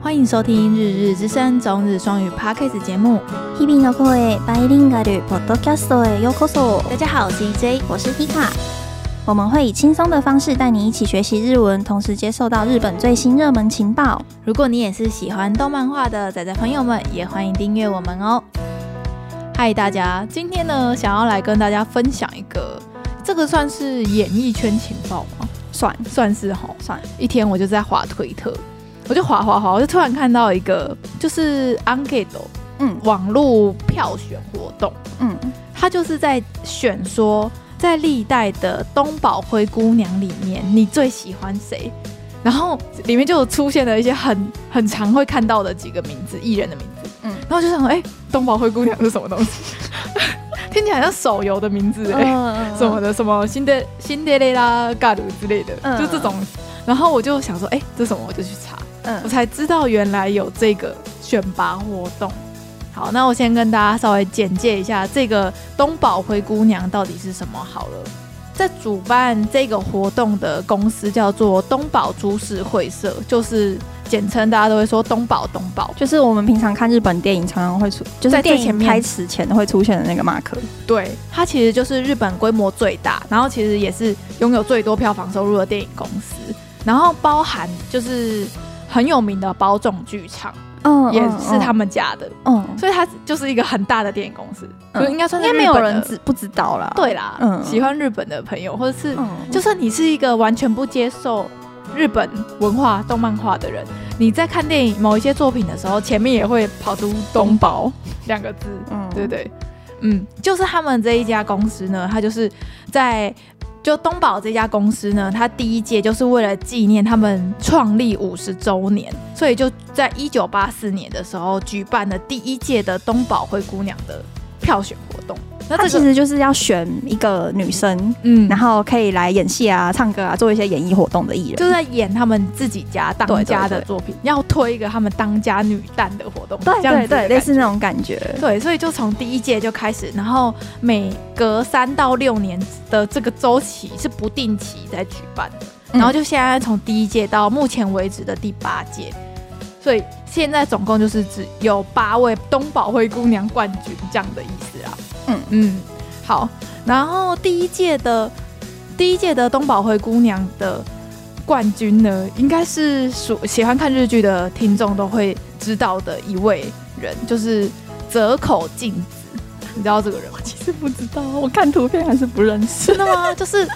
欢迎收听《日日之声》中日双语 Podcast 节目。日々の声バイリンガルポッドキャストへようこそ。大家好，我是 EJ。我是 Hika，我们会以轻松的方式带你一起学习日文，同时接受到日本最新热门情报。如果你也是喜欢动漫画的仔仔朋友们，也欢迎订阅我们哦。嗨，大家，今天呢，想要来跟大家分享一个，这个算是演艺圈情报吗？算算是吼。算，一天我就在滑推特，我就滑滑滑，我就突然看到一个，就是 Ankedo 嗯网络票选活动。嗯，他就是在选说，在历代的东宝灰姑娘里面，你最喜欢谁？然后里面就有出现了一些很很常会看到的几个名字，艺人的名字。嗯嗯，然后我就想说，哎、东宝灰姑娘是什么东 西？听起来像手游的名字哎、嗯什么？的，什么辛德辛德雷拉嘎鲁之类的，嗯就这种。然后我就想说，哎、这什么？我就去查，我嗯才知道原来有这个选拔活动。好，那我先跟大家稍微简介一下这个东宝灰姑娘到底是什么好了。在主办这个活动的公司叫做东宝株式会社，就是简称大家都会说东宝东宝。就是我们平常看日本电影常常会出，就在是最电前影面开始前会出现的那个 mark。对，它其实就是日本规模最大，然后其实也是拥有最多票房收入的电影公司，然后包含就是很有名的宝冢剧场嗯也是他。们家的，嗯，嗯所以它就是一个很大的电影公司，嗯就应该算应是该没有日本的人知不知道啦。对啦，嗯喜欢日本的朋友，或者是、嗯，就算你是一个完全不接受日本文化、动漫化的人，你在看电影某一些作品的时候，前面也会跑出“东宝”两个字，嗯对不对？嗯，就是他们这一家公司呢，它就是在就东宝这家公司呢，它第一届就是为了纪念他们创立五十周年，所以就在一九八四年的时候举办了第一届的东宝灰姑娘的票选活动。那他其这个，实就是要选一个女生，嗯然后可以来演戏啊、唱歌啊，做一些演艺活动的艺人。就是在演他们自己家当对家对的对作品，要推一个他们当家女旦的活动，对这样对子的对，感类似那种感觉。对，所以就从第一届就开始，然后每隔三到六年的这个周期是不定期在举办的，嗯然后就现在从第一届到目前为止的第八届，所以现在总共就是只有八位东宝灰姑娘冠军这样的意思啦。嗯嗯，好，然后第一届的第一届的东宝灰姑娘的冠军呢，应该是属喜欢看日剧的听众都会知道的一位人，就是泽口静子。你知道这个人吗？其实不知道，我看图片还是不认识。真的吗？就是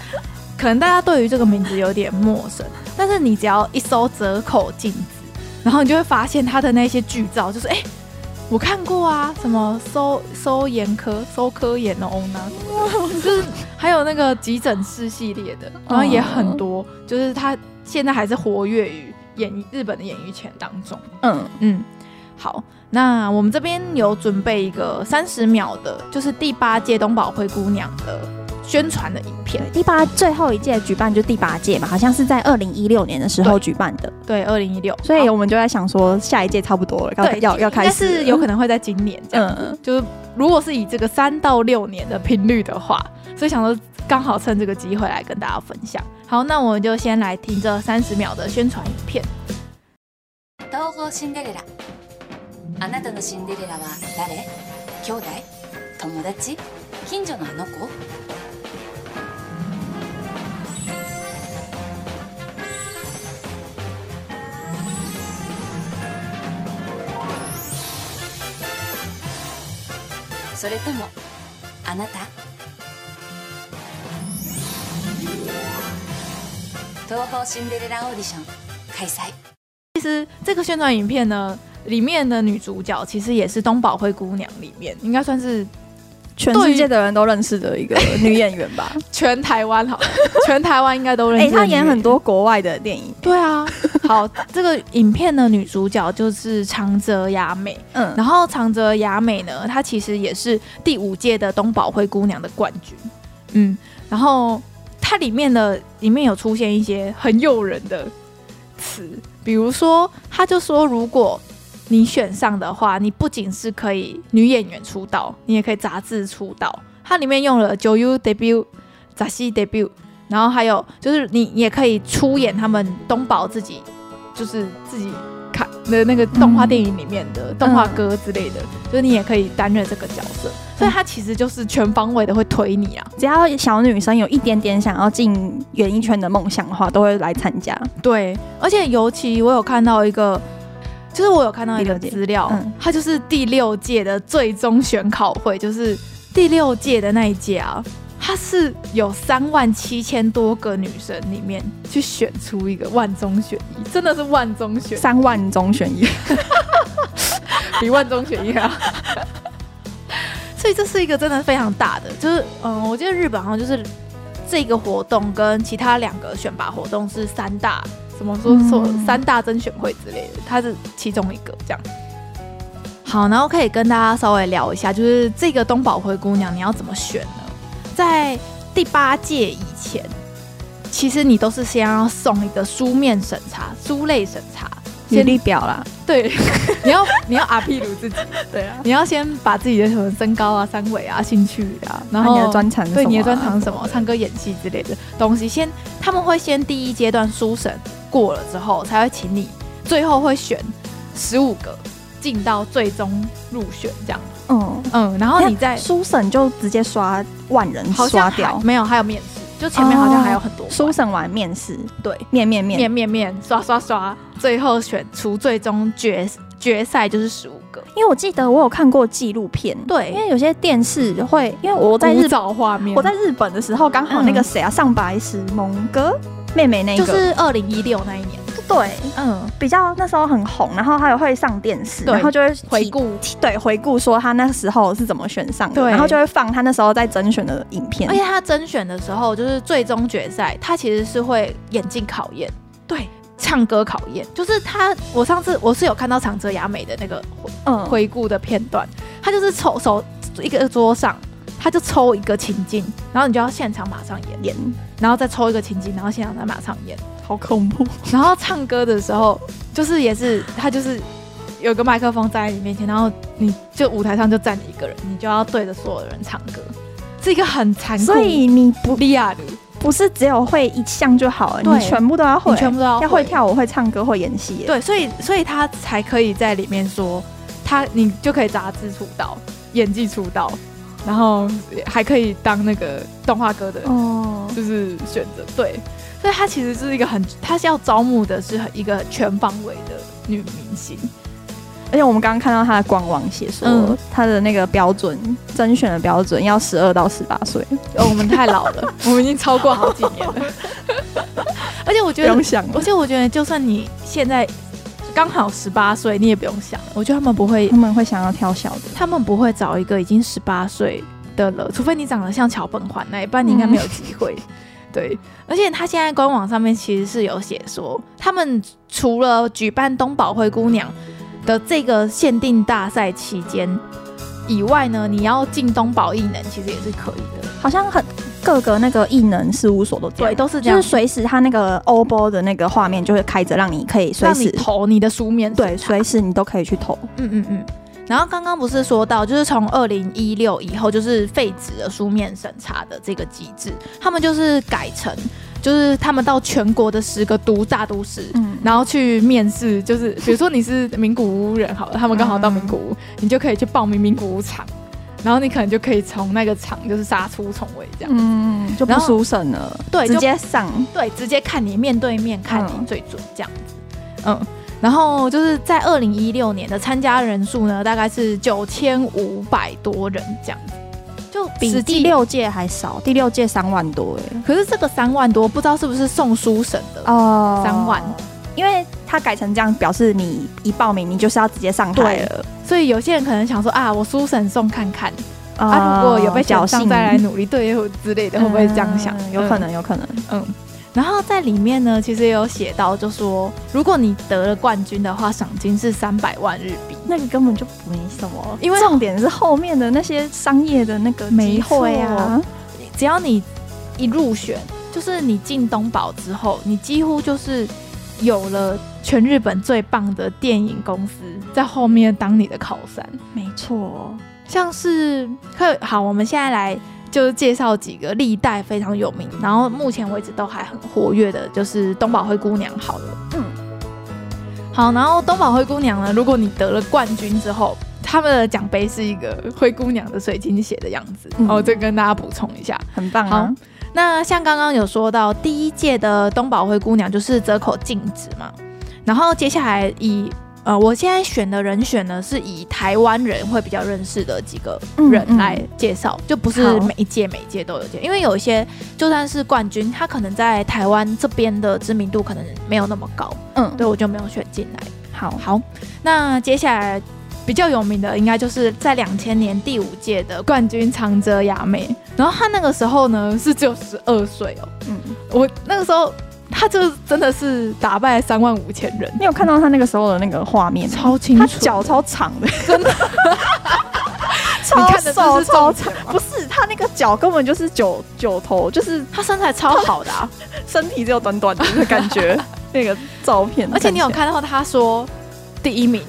可能大家对于这个名字有点陌生，但是你只要一搜泽口镜子，然后你就会发现他的那些剧照，就是哎、诶我看过啊，什么搜搜眼科、搜科眼的欧娜什么的，就是还有那个急诊室系列的，然后也很多，就是他现在还是活跃于演艺日本的演艺圈当中。嗯嗯，好，那我们这边有准备一个三十秒的，就是第八届东宝灰姑娘的宣传的影片。第八最后一届举办就第八届嘛，好像是在二零一六年的时候举办的，对，二零一六，所以好我们就在想说下一届差不多了，要对要要开但始了，是有可能会在今年这样。嗯就是如果是以这个三到六年的频率的话，所以想说刚好趁这个机会来跟大家分享。好，那我们就先来听这三十秒的宣传影片。東方シンデレラあなたのシンデレラは誰兄弟友達近所のあの子それともあなた東方シンデレラオーディション開催其实这个宣传影片呢，里面的女主角其实也是东宝灰姑娘里面应该算是全世界的人都认识的一个女演员 吧。全台湾好了，全台湾应该都认识。哎，她演很。多国外的电影，对啊，好，这个影片的女主角就是长泽雅美，嗯，然后长泽雅美呢，她其实也是第五届的东宝灰姑娘的冠军，嗯，然后它里面的里面有出现一些很诱人的词，比如说，她就说如果你选上的话，你不仅是可以女演员出道，你也可以杂志出道。它里面用了 “joyu debut”、“杂戏 debut”，然后还有就是你也可以出演他们东宝自己就是自己看的那个动画电影里面的、动画歌之类的，就是你也可以担任这个角色，所以它其实就是全方位的会推你啊。只要小女生有一点点想要进演艺圈的梦想的话，都会来参加。对，而且尤其我有看到一个，就是我有看到一个第六届资料，嗯它就是第六届的最终选考会，就是第六届的那一届啊，它是有三万七千多个女生里面去选出一个万中选一，真的是万中选三万中选一，比万中选一啊。 所以这是一个真的非常大的，就是嗯，我记得日本好像就是这个活动跟其他两个选拔活动是三大怎么说嗯说三大甄选会之类的，它是其中一个这样。好，然后可以跟大家稍微聊一下，就是这个东宝灰姑娘你要怎么选呢？在第八届以前，其实你都是先要送一个书面审查、书类审查，履先历表啦。对，你要你要阿屁如自己，对啊，你要先把自己的什么身高啊、三围啊、兴趣啊，然然后后你的专长是对什么啊你的专长是什么，唱歌、演戏之类的东西，先他们会先第一阶段初审过了之后，才会请你，最后会选十五个进到最终入选这样。嗯，嗯，然后你再书审就直接刷万人好像刷还掉，没有，还有面试，就前面好像还有很多关书审完面试，对面面面面面面刷刷刷，最后选出最终决决赛就是十五个。因为我记得我有看过纪录片，对因为有些电视会，因为我在日古早画面，我在日本的时候，刚好那个谁啊，上白石萌哥妹妹那个，就是二零一六那一年，对嗯，比较那时候很红，然后还有会上电视，对然后就会回顾。提。对，回顾说他那时候是怎么选上的，对哎然后就会放他那时候在甄选的影片而。且他甄选的时候，就是最终决赛，他其实是会演技考验，对，唱歌考验。就是他，我上次我是有看到长泽雅美的那个回嗯，回顾的片段，他就是抽手一个桌上，他就抽一个情境，然后你就要现场马上演，演，然后再抽一个情境，然后现场再马上演。好恐怖。然后唱歌的时候，就是也是他就是有个麦克风站在你面前，然后你就舞台上就站你一个人，你就要对着所有人唱歌，是一个很残酷。所以你不利亚鲁，不是只有会一项就好，对你全部都要会，你全部都要要会会跳舞、会唱歌、会演戏。，对，所以所以他才可以在里面说他，你就可以杂志出道，演技出道，然后还可以当那个动画歌的，哦，就是选择对。所以他其实是一个很，他是要招募的是一个全方位的女明星。而且我们刚刚看到他的官网写说嗯，他的那个标准甄选的标准要十二到十八岁，哦，我们太老了，我们已经超过好几年了。 而且我不觉得用想而了，且我觉得，就算你现在刚好十八岁，你也不用想。我觉得他们不会他，们会想要挑小的。他们不会找一个已经十八岁的了，除非你长得像桥本环奈，不然你应该嗯没有机会。对，而且他现在官网上面其实是有写说，他们除了举办东宝灰姑娘的这个限定大赛期间以外呢，你要进东宝艺能其实也是可以的。好像很各个那个艺能事务所都这样对，都是这就样是随时他那个 o b o 的那个画面就会开着，让你可以随让你时投你的书面审对，查随时你都可以去投。嗯嗯嗯。然后刚刚不是说到，就是从二零一六以后，就是废止了书面审查的这个机制，他们就是改成，就是他们到全国的十个都大都市，嗯，然后去面试，就是比如说你是名古屋人好了，他们刚好到名古嗯屋，你就可以去报名名古屋场，然后你可能就可以从那个场就是杀出重围这样，嗯，就不然后输审了，对直就接上。对，直接看你面对面看嗯你最准这样子，嗯。然后就是在二零一六年的参加人数呢，大概是九千五百多人这样子，就比实际第。六届还少，第六届三万多哎、可是这个三万多，不知道是不是送书审的？哦三万，因为他改成这样，表示你一报名你就是要直接上台对了。所以有些人可能想说啊，我书审送看看，哦啊，如果有被选侥上幸再来努力，对或之类的，会不会这样想？嗯有可能，有可能。嗯，然后在里面呢，其实也有写到，就说如果你得了冠军的话，赏金是三百万日币。那个根本就没什么，因为重点是后面的那些商业的那个没机会啊，只要你一入选，就是你进东宝之后，你几乎就是有了全日本最棒的电影公司在后面当你的靠山。没错，像是可以好，我们现在来就是介绍几个历代非常有名，然后目前为止都还很活跃的，就是东宝灰姑娘好了。嗯嗯，好，然后东宝灰姑娘呢，如果你得了冠军之后，他们的奖杯是一个灰姑娘的水晶鞋的样子。嗯哦，这跟大家补充一下。很棒好啊！，那像刚刚有说到第一届的东宝灰姑娘就是泽口静子嘛，然后接下来以呃，我现在选的人选呢是以台湾人会比较认识的几个人嗯嗯来介绍，就不是嗯好每一届每一届都有介，因为有一些就算是冠军，他可能在台湾这边的知名度可能没有那么高，嗯，对我就没有选进来。好，好，那接下来比较有名的应该就是在两千年第五届的冠军长泽雅美，然后她那个时候呢是只有十二岁哦，嗯，我那个时候她就真的是打败三万五千人，你有看到他那个时候的那个画面吗？超嗯清他楚，脚超长的， 真的， 超看的瘦这是超重长，不是他那个脚根本就是九九头，就是她身材超好的、啊，身体只有短短的那个感 觉。那个照片，而且你有看起来看到她说第一名。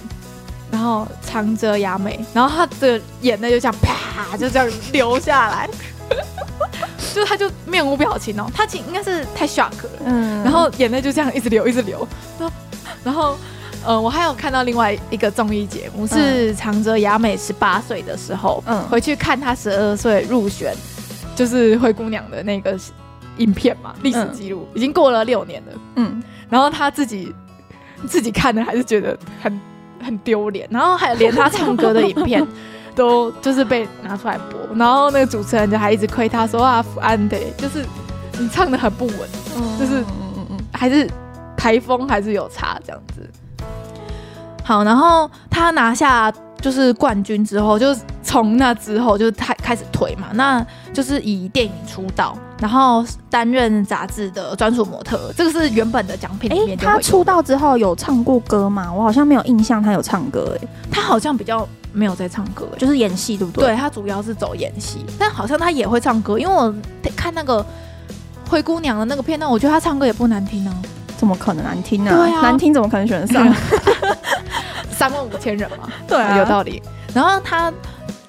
然后长泽雅美，然后她的眼泪就这样啪就这样流下来，就她就面无表情哦，她其实应该是太 shock 了，嗯然后眼泪就这样一直流，一直流。然后，然后，呃，我还有看到另外一个综艺节目，是长泽雅美十八岁的时候，嗯回去看她十二岁入选，就是灰姑娘的那个影片嘛，历史记录、已经过了六年了。嗯，然后她自己自己看的，还是觉得很很丢脸。然后还有连她唱歌的影片。都就是被拿出来播，然后那个主持人就还一直亏她说啊，福安的，就是你唱的很不稳，就是嗯嗯嗯还是台风还是有差这样子。好，然后他拿下就是冠军之后，就是从那之后就是他开始推嘛，那就是以电影出道，然后担任杂志的专属模特，这个是原本的奖品里哎，面就他会有。出道之后有唱过歌吗？我好像没有印象他有唱歌，哎，他好像比较没有在唱歌、欸，就是演戏，对不对？对他主要是走演戏，但好像他也会唱歌，因为我看那个灰姑娘的那个片段，我觉得他唱歌也不难听啊，对，怎么可能难听呢？对啊难听怎么可能选得 上？啊三万五千人嘛，对啊有道理。然后他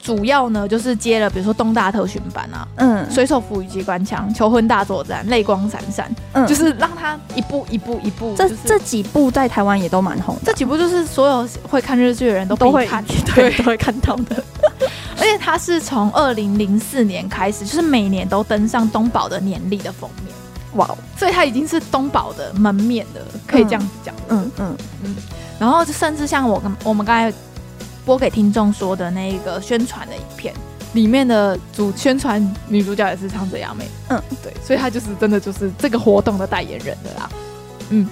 主要呢就是接了比如说东大特训班啊，嗯，水手服与机关枪、求婚大作战、泪光闪闪，嗯就是让他一步一步一步，这就是这几部在台湾也都蛮红的，这几部就是所有会看日剧的人都必都会看， 对，都会看到的。而且他是从二零零四年开始，就是每年都登上东宝的年历的封面，哇哦，所以他已经是东宝的门面了，可以这样子讲。嗯嗯然后甚至像我跟我们刚才播给听众说的那个宣传的影片，里面的主宣传女主角也是长泽雅美，嗯，对，所以她就是真的就是这个活动的代言人了啦，嗯。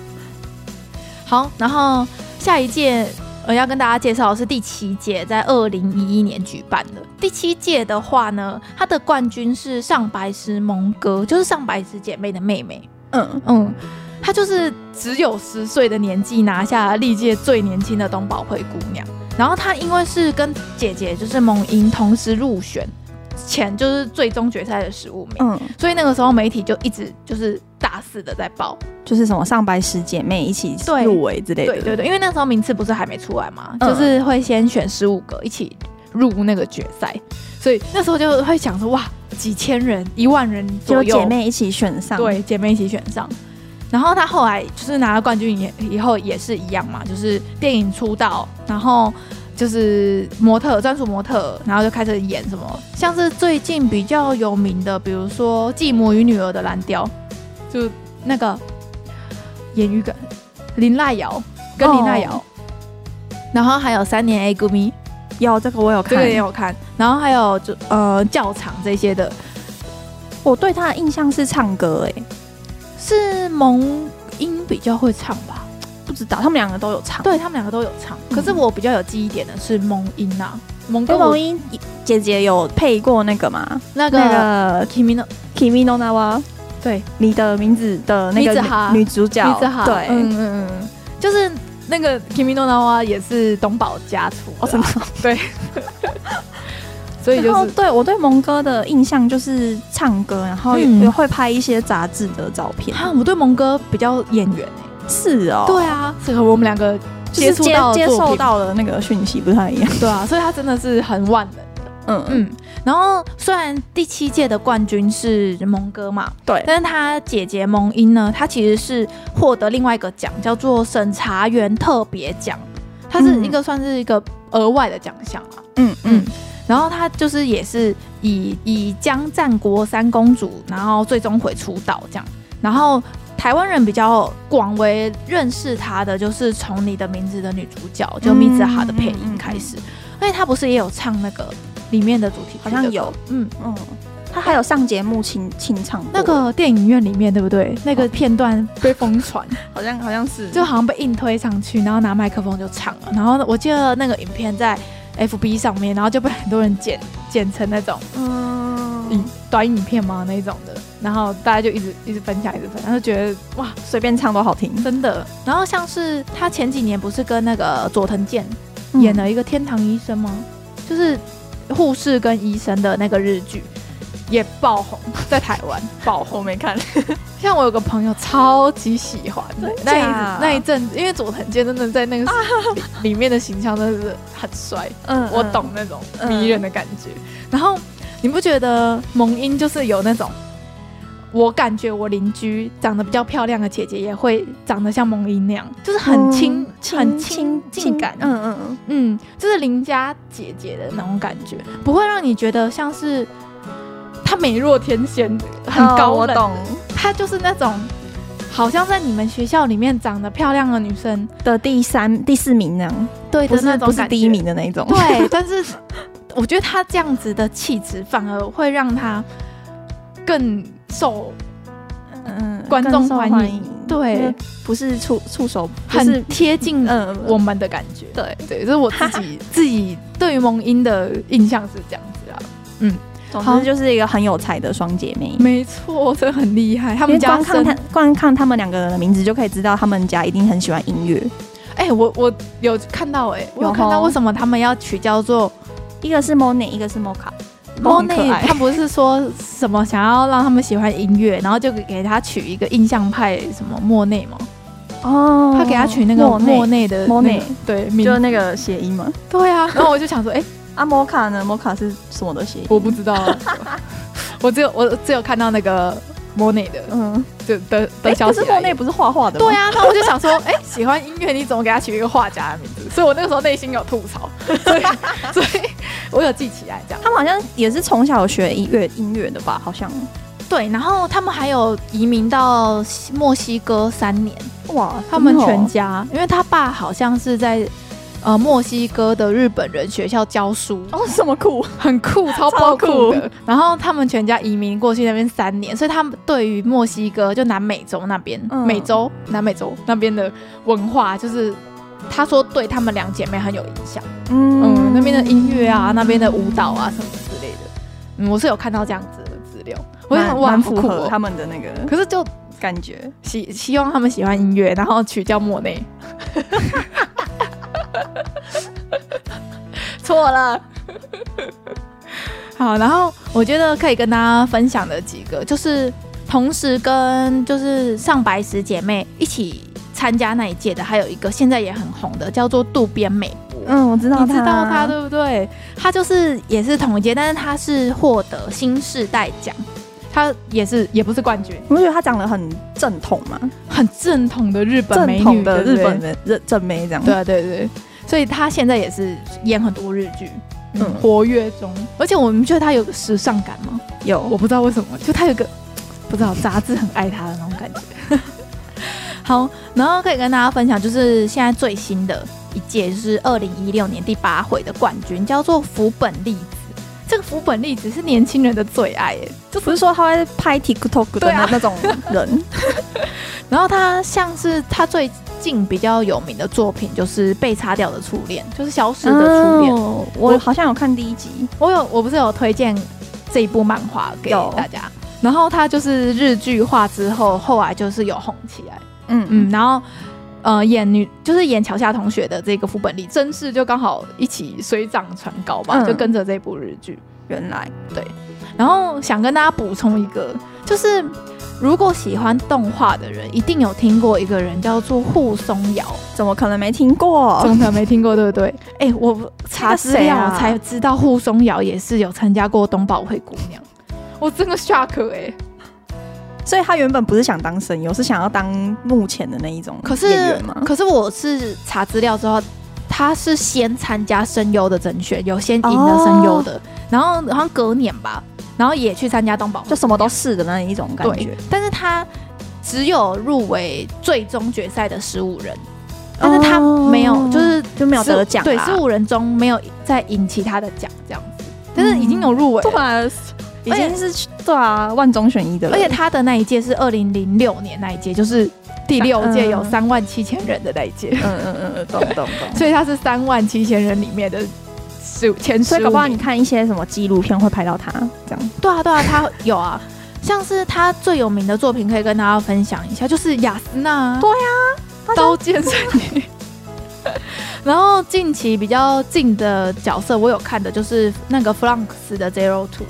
好，然后下一届呃要跟大家介绍的是第七届，在二零一一年举办的。第七届的话呢，它的冠军是上白石萌歌，就是上白石姐妹的妹妹，嗯，嗯，她就是只有十岁的年纪拿下历届最年轻的东宝灰姑娘。然后她因为是跟姐姐就是蒙英同时入选前，就是最终决赛的十五名，嗯，所以那个时候媒体就一直就是大肆的在报。就是什么上白石姐妹一起对入围之类的，对对对，因为那时候名次不是还没出来嘛，嗯就是会先选十五个一起入那个决赛，所以那时候就会想说哇，几千人、一万人结左果右，姐妹一起选上，对，姐妹一起选上。然后她后来就是拿了冠军以以后也是一样嘛，就是电影出道，然后就是模特专属模特，然后就开始演什么，像是最近比较有名的，比如说《继母与女儿》的蓝调，就那个演语梗林濑瑶跟林濑瑶，然后还有三年 A 闺蜜，有这个我有这看个，也有看，然后还有就呃教场这些的，我对她的印象是唱歌，哎，是蒙音比较会唱吧。不知道他们两个都有唱。对他们两个都有唱，嗯哦可是我比较有记忆点的是蒙音啊，蒙跟跟我龙英姐姐有配过那个嘛？那那个个 Kimino Kimi no Nawa，对，你的名字的那个米子哈女女主角，米子哈，对，嗯嗯嗯，就是那个 Kimino Nawa 也是东宝家出哦，的 什啊么？所以然就后是对我对蒙哥的印象就是唱歌，然后嗯也会拍一些杂志的照片。啊，我对蒙哥比较眼缘欸是哦，对，啊，是和我们两个就是触接到的接作受品到的那个讯息不太一样。对啊，所以他真的是很万能的，嗯嗯，嗯，然后虽然第七届的冠军是蒙哥嘛，对，但是他姐姐蒙英呢，她其实是获得另外一个奖，叫做审查员特别奖，它是一个算是一个额外的奖项啊。嗯嗯，然后她就是也是以以江战国三公主，然后最终回出道这样。然后台湾人比较广为认识她的，就是从你的名字的女主角就嗯米子哈的配嗯嗯音嗯开始，因为她不是也有唱那个里面的主题曲好像的歌有，嗯，嗯，他还有上节目清清唱过那个电影院里面对不对？那个片段被疯传。好像好像是，就好像被硬推上去，然后拿麦克风就唱了。然后我记得那个影片在 FB 上面，然后就被很多人剪剪成那种影嗯，短影片嘛那种的，然后大家就一直一直分享，一直分享，就觉得哇，随便唱都好听。真的。然后像是他前几年不是跟那个佐藤健嗯演了一个《天堂医生》吗？就是护士跟医生的那个日剧。也爆红，在台湾爆红。我没看，像我有个朋友超级喜欢的真那一假那一阵子，因为佐藤健真的在那个 里里面的形象真的是很帅，嗯我懂，那种嗯迷人的感觉。然后你不觉得萌音就是有那种，我感觉我邻居长得比较漂亮的姐姐也会长得像萌音那样，就是很亲、很亲近感，嗯嗯嗯嗯，就是邻家姐姐的那种感觉，不会让你觉得像是她美若天仙，很高冷。嗯哦我懂她就是那种好像在你们学校里面长得漂亮的女生，的第三、第四名那样，对不的是那种不是感第一觉名的那一 种，对，但是我觉得她这样子的气质反而会让她更受，嗯，观众更受欢迎迎对，因为不是触触手，不是很贴近嗯，我们的感觉。对，对，这是我自 己自己对于萌音的印象是这样子啊。总好之就是一个很有才的双姐妹。没错，真的很厉害。他们因为家光看生她，光看她们两个人的名字就可以知道，她们家一定很喜欢音乐。哎、我我有看到哎、我有有看到吼为什么他们要取叫做一个是 Monet，一个是 Mocha，都很 Monet，可爱他不是说什么想要让他们喜欢音乐，然后就给他取一个印象派什么莫内嘛，哦他给他取那个莫莫内，内的莫那内个对名就是那个谐音嘛。对啊， 然后我就想说，哎、啊，摩卡呢？摩卡是什么的谐音？我不知道啊， 我只有我只有看到那个莫内的嗯，的的哎，的消可息是而已。莫内不是画画的吗？对啊， 那我就想说，哎、喜欢音乐，你怎么给他取一个画家的名字？所以我那个时候内心有吐 槽，所以所以我有记起来这样。他们好像也是从小有学音乐音乐的吧？好像对，然后他们还有移民到墨西哥三年，哇，他们真的哦全家，因为他爸好像是在呃墨西哥的日本人学校教书，哦什么酷，很 酷，超爆酷的。然后他们全家移民过去那边三年，所以他们对于墨西哥就南美洲那边、嗯美洲、南美洲那边的文化，就是他说对他们两姐妹很有影响。 嗯，那边的音乐啊，那边的舞蹈啊什么之类的，嗯，我是有看到这样子的资料，我就蛮想哇，蛮好符酷合哦他们的那个可是就感觉。希希望他们喜欢音乐，然后取叫莫内。 错了。 好，然后我觉得可以跟大家分享的几个，就是同时跟就是上白石姐妹一起参加那一届的，还有一个现在也很红的，叫做渡边美波。嗯，我知道，你知道他，对不啊对？他就是也是同一届，但是他是获得新世代奖，他也是也不是冠军，我觉得他长得很正统嘛，很正统的日本美正女统对的不日对本人日正妹这样。对啊对对，所以她现在也是演很多日剧，嗯，嗯活跃中。而且我们觉得她有个时尚感吗？有我不知道为什么，就她有个不知道杂志很爱她的那种感觉。 好，然后可以跟大家分享，就是现在最新的一届就是二零一六年第八回的冠军，叫做福本粒子。这个福本粒子是年轻人的最爱耶，就不是说他会拍 TikTok 的对那啊那种 人，然后他像是他最近比较有名的作品就是《被擦掉的初恋》，就是消失的初恋。哦我好像有看第一集，我有我不是有推荐这一部漫画给有大家，然后它就是日剧化之后，后来就是有红起来，嗯嗯，，然后呃演女就是演桥下同学的这个副本里真是就刚好一起水涨船高吧，嗯就跟着这部日剧。原来然后想跟大家补充一个，就是如果喜欢动画的人，一定有听过一个人叫做户松遥，怎么可能没听过？真的没听过，对不对？哦 哎、我查资谁料、啊我才知道户松遥也是有参加过冬宝会姑娘， 我真的 shock 哎、所以他原本不是想当声优，是想要当幕前的那一种可演是员吗？可是我是查资料之后，他是先参加声优的甄选，有先赢了哦声优的，然后好像隔年吧，然后也去参加冬宝会，就什么都是的那一种感对觉。，但是他只有入围最终决赛的十五人，但是他没有，哦就是就没有得奖啦对，十五人中没有再赢其他的奖这样子，但是已经有入围了。对啊，已而且经是对啊，万中选一的了，而且他的那一届是二零零六年那一届，就是第六届有嗯三万七千人的那一届，嗯嗯嗯嗯，懂懂 懂。所以他是三万七千人里面的十前十所五以名。搞不好你看一些什么纪录片会拍到他这样，对啊对啊，他有啊，像是他最有名的作品可以跟大家分享一下，就是雅斯娜。对呀、啊，刀剑神女。 然后近期比较近的角色，我有看的就是那个弗朗克斯的 Zero Two，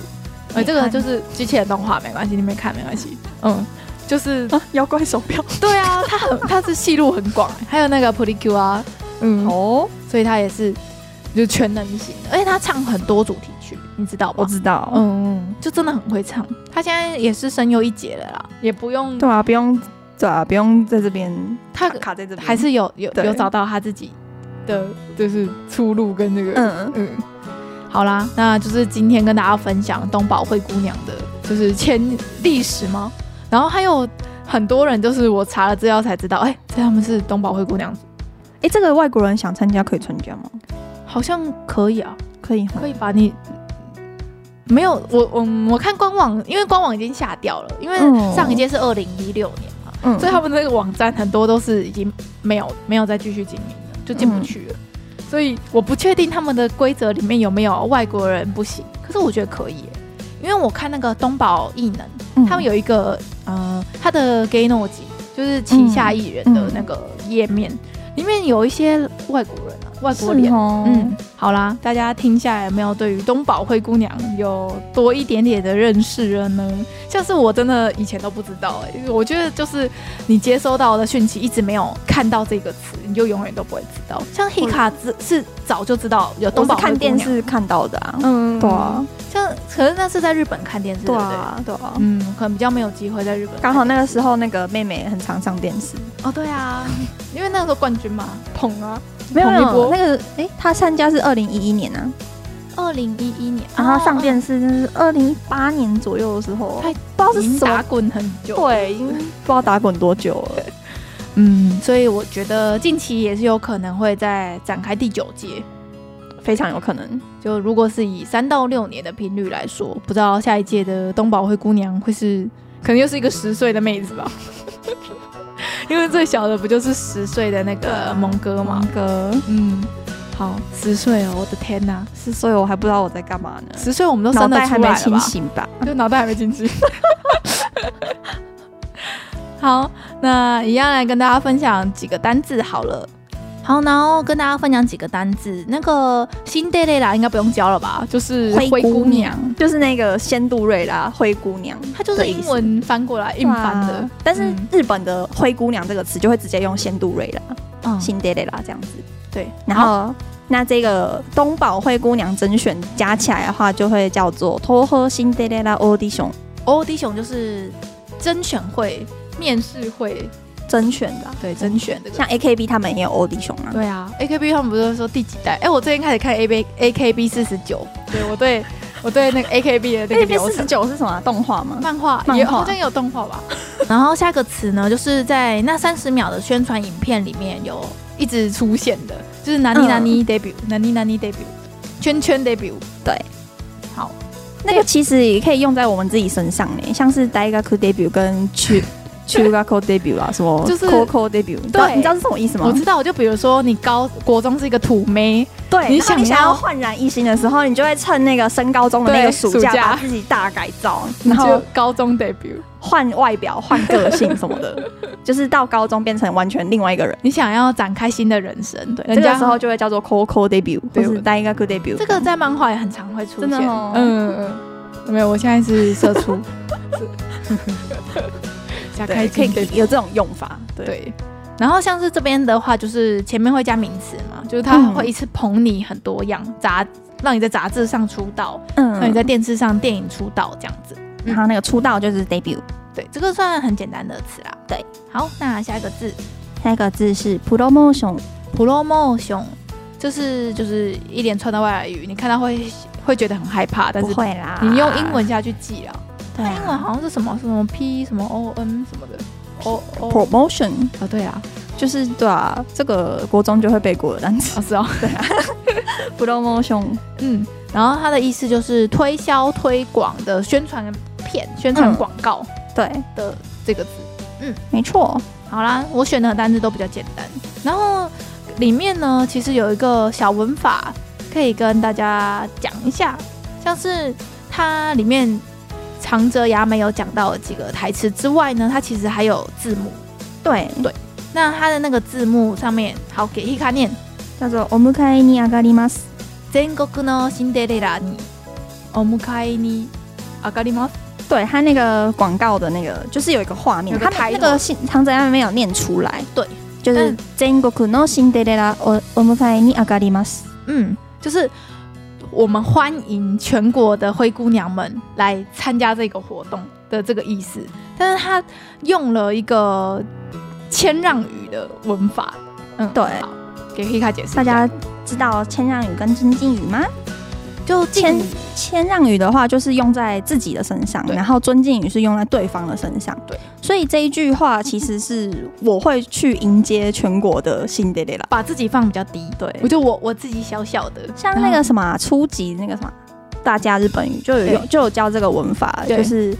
呃，没看这个就是机器人动画，没关系，你没看没关系，嗯，就是啊，妖怪手表对啊，他很他是戏路很 广，还有那个 p r i Q 啊，嗯，哦，所以他也是就全能型的，而且他唱很多主题曲，你知道吧？我知道，嗯，嗯，就真的很会唱。他现在也是声优一姐了啦，也不用对啊，不用，对啊，不用在这边他卡卡在这边，还是有有对有找到他自己的就是出路跟那个嗯，嗯好啦，那就是今天跟大家分享东宝灰姑娘的，就是前历史吗？然后还有很多人，就是我查了资料才知道，哎、这他们是东宝灰姑娘，哎，这个外国人想参加可以参加吗？好像可以啊，可以哈，可以把你没有我我我看官网，因为官网已经下掉了，因为嗯上一届是二零一六年嘛，嗯所以他们那个网站很多都是已经没有没有再继续经营了，就进不去了。嗯所以我不确定他们的规则里面有没有外国人不行，可是我觉得可以耶，因为我看那个东宝艺能，嗯他们有一个呃，他的 Gay n o 就是旗嗯下艺人的那个页面，里面有一些外国人啊，外国是脸。哦，嗯，好啦，大家听下来有没有对于东宝灰姑娘有多一点点的认识了呢？像是我真的以前都不知道、欸，我觉得就是你接收到的讯息一直没有看到这个词，你就永远都不会知道。像 Hika 是是早就知道有我东是宝看灰姑电娘，视看到的啊，嗯，对啊，像可是那是在日本看电视，对对不对？啊，对啊。嗯，可能比较没有机会在日本看电视。刚好那个时候，那个妹妹很常上电视，哦，对啊，因为那个时候冠军嘛，捧啊，没有同没一有波那个，哎，她参加是二零一一年啊，二零一一年，然后上电电视就是二零一八年左右的时候，啊她不知道已是经什打么，滚很久，，对，已经不知道打滚多久了。嗯，所以我觉得近期也是有可能会再展开第九届。非常有可能。就如果是以三到六年的频率来说，不知道下一届的东宝灰姑娘会是，可能又是一个十岁的妹子吧， 因为最小的不就是十岁的那个蒙哥吗？哥，嗯，好，十岁哦，我的天哪，是，所以我还不知道我在干嘛呢，十岁我们都脑生得袋出还来没了清吧？醒吧？就脑袋还没进去。 好，那一样来跟大家分享几个单字好了。好，然后跟大家分享几个单字。那个新 d a y 啦，应该不用教了吧？就是灰姑娘，就是那个仙杜瑞拉灰姑娘，它就是英文翻过来硬翻对的啊。但是嗯日本的灰姑娘这个词就会直接用仙杜瑞拉、嗯，哦辛德蕾拉这样子。对。然后，那这个东宝灰姑娘甄选加起来的话，就会叫做偷喝辛德蕾拉 audition audition 就是甄选会、面试会，甄选的啊、对，甄选这个。像 AKB 他们也有 audition 啊，对啊，AKB 他们不是说第几代？哎、我最近开始看 AB AKB 四十九，对我对我对那个 AKB 的那个流四程十九是什么啊、动画吗？漫画漫也画好像也有动画 吧。然后下个词呢，就是在那三十秒的宣传影片里面有一直出现的，就是哪里嗯哪里 debut，哪里哪里 debut，圈圈 debut。对，好，那个其实也可以用在我们自己身上呢，像是 Daigaku debut 跟 Chu Chugaku debut 啊，什么就是 Coco debut，你知道对你知道是什么意思我吗？知道，就比如说你高国中是一个土妹，对，你然后你想想要要焕然一新的时候，你就会趁那个升高中的那对个暑暑假假把自己大改造，你然就后高中 debut，换外表、换个性什 么的，就是到高中变成完全另外一个人。你想要展开新的人生，对，这个时候就会叫做 Coco debut 或对是 Daigaku debut。这个在漫画也很常会出现，真的哦 嗯嗯嗯，没有，我现在是社畜，加开对，可金以有这种用法，对，对。然后像是这边的话，就是前面会加名词嘛，就是他嗯会一次捧你很多样杂，让你在杂志上出道，让嗯，你在电视上、电影出道这样子。然后那个出道就是 debut，对，这个算很简单的词啦。对，好，那下一个字下一个字是 promotion， promotion，就是就是一连串的外来语，你看到会会觉得很害怕，但不是会啊啦，你用英文下去记啊，对英文啊好像是什么什么 P 什么 O N 什么的，O O promotion 哦对啦，就是对啊，这个国中就会背过的单 词哦是哦， promotion，嗯，然后它的意思就是推销、推广的宣传片、宣传嗯广告对，的这个字。没错，好啦，我选的单字都比较简单，然后里面呢，其实有一个小文法可以跟大家讲一下，像是它里面长泽雅美有讲到的几个台词之外呢，它其实还有字幕。对，那它的那个字幕上面，好给伊卡念，叫做 o m u k a i ni agarimas，全国のシンデレラにお迎えに上がります。 对他那个广告的那个，就是有一个画面，有个他们 title 那个信长泽雅美没有念出来，对，就是全国のシンデレラをお迎えに上がります。嗯，就是我们欢迎全国的灰姑娘们来参加这个活动的这个意思。但是他用了一个谦让语的文法，嗯，对好，给 Hika 解释一大下。家知道谦让语跟尊敬语吗？就敬谦语谦让语的话，就是用在自己的身上，对然后尊敬语是用在对方的身上。对，所以这一句话其实是我会去迎接全国的辛德勒拉。把自己放比较低，对我就我我自己小小的，像那个什么啊、初级那个什么大家日本语就有用，就有教这个文法，对就是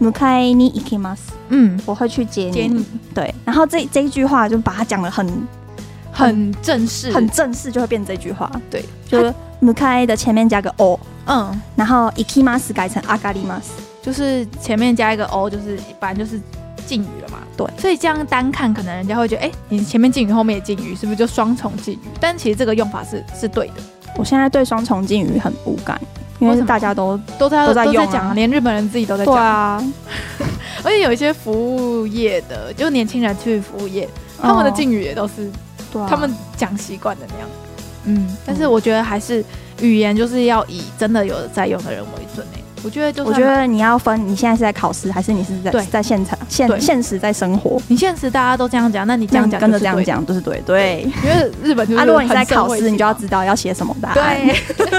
迎えに行きます，嗯，我会去接你。接你对，然后这这一句话就把它讲的很很正式，很正式，就会变这句话。对，就是迎え的前面加个 o，嗯，然后 ikimas 改成 agarimas。就是前面加一个 o，就是反正就是敬语了嘛。对，所以这样单看，可能人家会觉得，哎、你前面敬语，后面也敬语，是不是就双重敬语？但其实这个用法是是对的，我现在对双重敬语很无感，因为为什么大家都都在都在用啊讲、连日本人自己都在对讲。啊，而且有一些服务业的，就年轻人去服务业，嗯他们的敬语也都是哦对啊他们讲习惯的那样。嗯，但是我觉得还是语言就是要以真的有在用的人为准诶、欸我觉得就我算觉得你要分你现在是在考试，还是你是在对在现场现对现实在生活，你现实大家都这样讲，那你这这样样讲跟着就是对这样的，讲就是对对。因为日本就是啊，如果你在嗯很社考会试，性你就要嘛知道要写什么答案。对，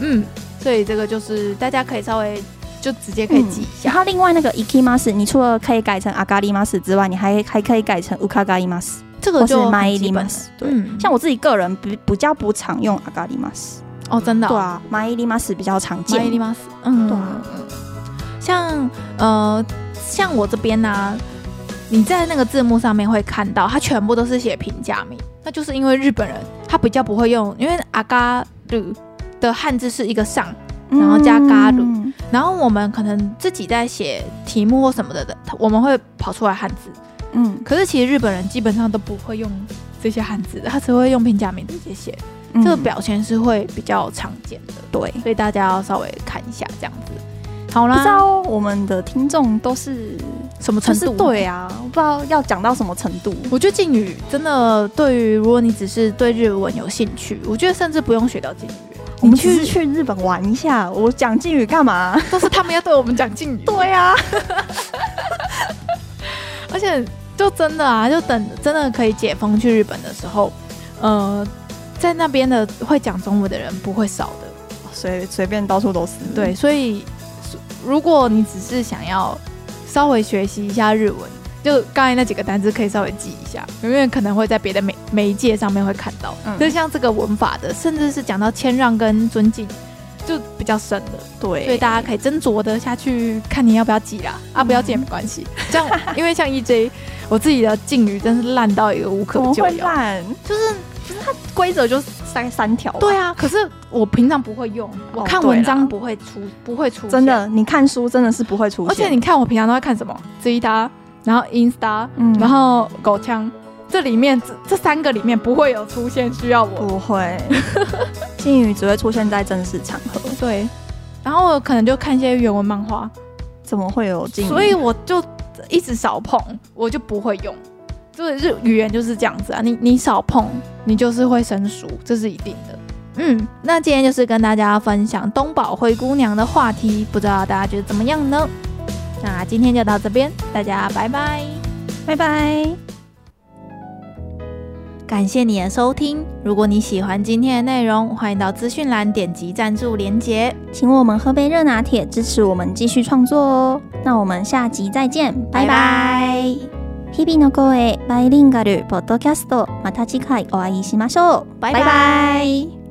嗯，所以这个就是大家可以稍微就直接可以记一下。然后另外那个 ikimas，你除了可以改成 agarimas 之外，你还还可以改成 ukagarimas 这嗯或个是就很 my 基本 limas。对，嗯，像我自己个人比比较不常用 agarimas，哦，真的、对哦，啊，my limas 比较常玛丽见。丽马斯，嗯，对啊嗯，像呃，像我这边呢、啊你在那个字幕上面会看到，它全部都是写平假名，那就是因为日本人他比较不会用，因为阿嘎鲁的汉字是一个上，然后加嘎鲁嗯然后我们可能自己在写题目或什么的的，我们会跑出来汉字，嗯可是其实日本人基本上都不会用这些汉字的，他只会用平假名直接写，嗯这个表现是会比较常见的，对。所以大家要稍微看一下这样子。好不知啦，道我们的听众都是什么就程是度？对，啊，我不知道要讲到什么程度。我觉得敬语真的对于如果你只是对日文有兴趣，我觉得甚至不用学到敬语，我你们只是去去日本玩一下，我讲敬语干嘛？ 都是他们要对我们讲敬语，对啊，而且就真的啊，就等真的可以解封去日本的时候，呃，在那边的会讲中文的人不会少的。 随随便到处都是。对，，所以所如果你只是想要稍微学习一下日文，就刚才那几个单词可以稍微记一下，因为可能会在别的媒媒介上面会看到。嗯就像这个文法的，甚至是讲到谦让跟尊敬，就比较深了，对，所以大家可以斟酌的下去看你要不要记啦。啊，不嗯要记也没关系，这样因为像 EJ，我 自己的敬语真是烂到一个无可怎么救会药。烂？就是规则就三三条。对，啊，可是我平常不会用，我哦看对文啦章不会出，不会出现，真的，你看书真的是不会出而且现。你看我平常都在看什么 z 搭，然后 Insta，、嗯然后狗枪，这里面这这三个里面不会有出现需要我。不会， 敬语只会出现在正式场合。对，然后我可能就看一些原文漫画，怎么会有敬语？所以我就一直少碰，我就不会用。这日语言就是这样子啊，你你少碰，你就是会生疏，这是一定的。嗯，那今天就是跟大家分享东宝灰姑娘的话题，不知道大家觉得怎么样呢？那今天就到这边，大家拜拜。拜拜。感谢你的收听，如果你喜欢今天的内容，欢迎到资讯栏点击赞助连结。请我们喝杯热拿铁，支持我们继续创作哦。那我们下集再见，拜拜拜拜。日々の声バイリンガルポッドキャストまた次回お会いしましょう。拜拜拜拜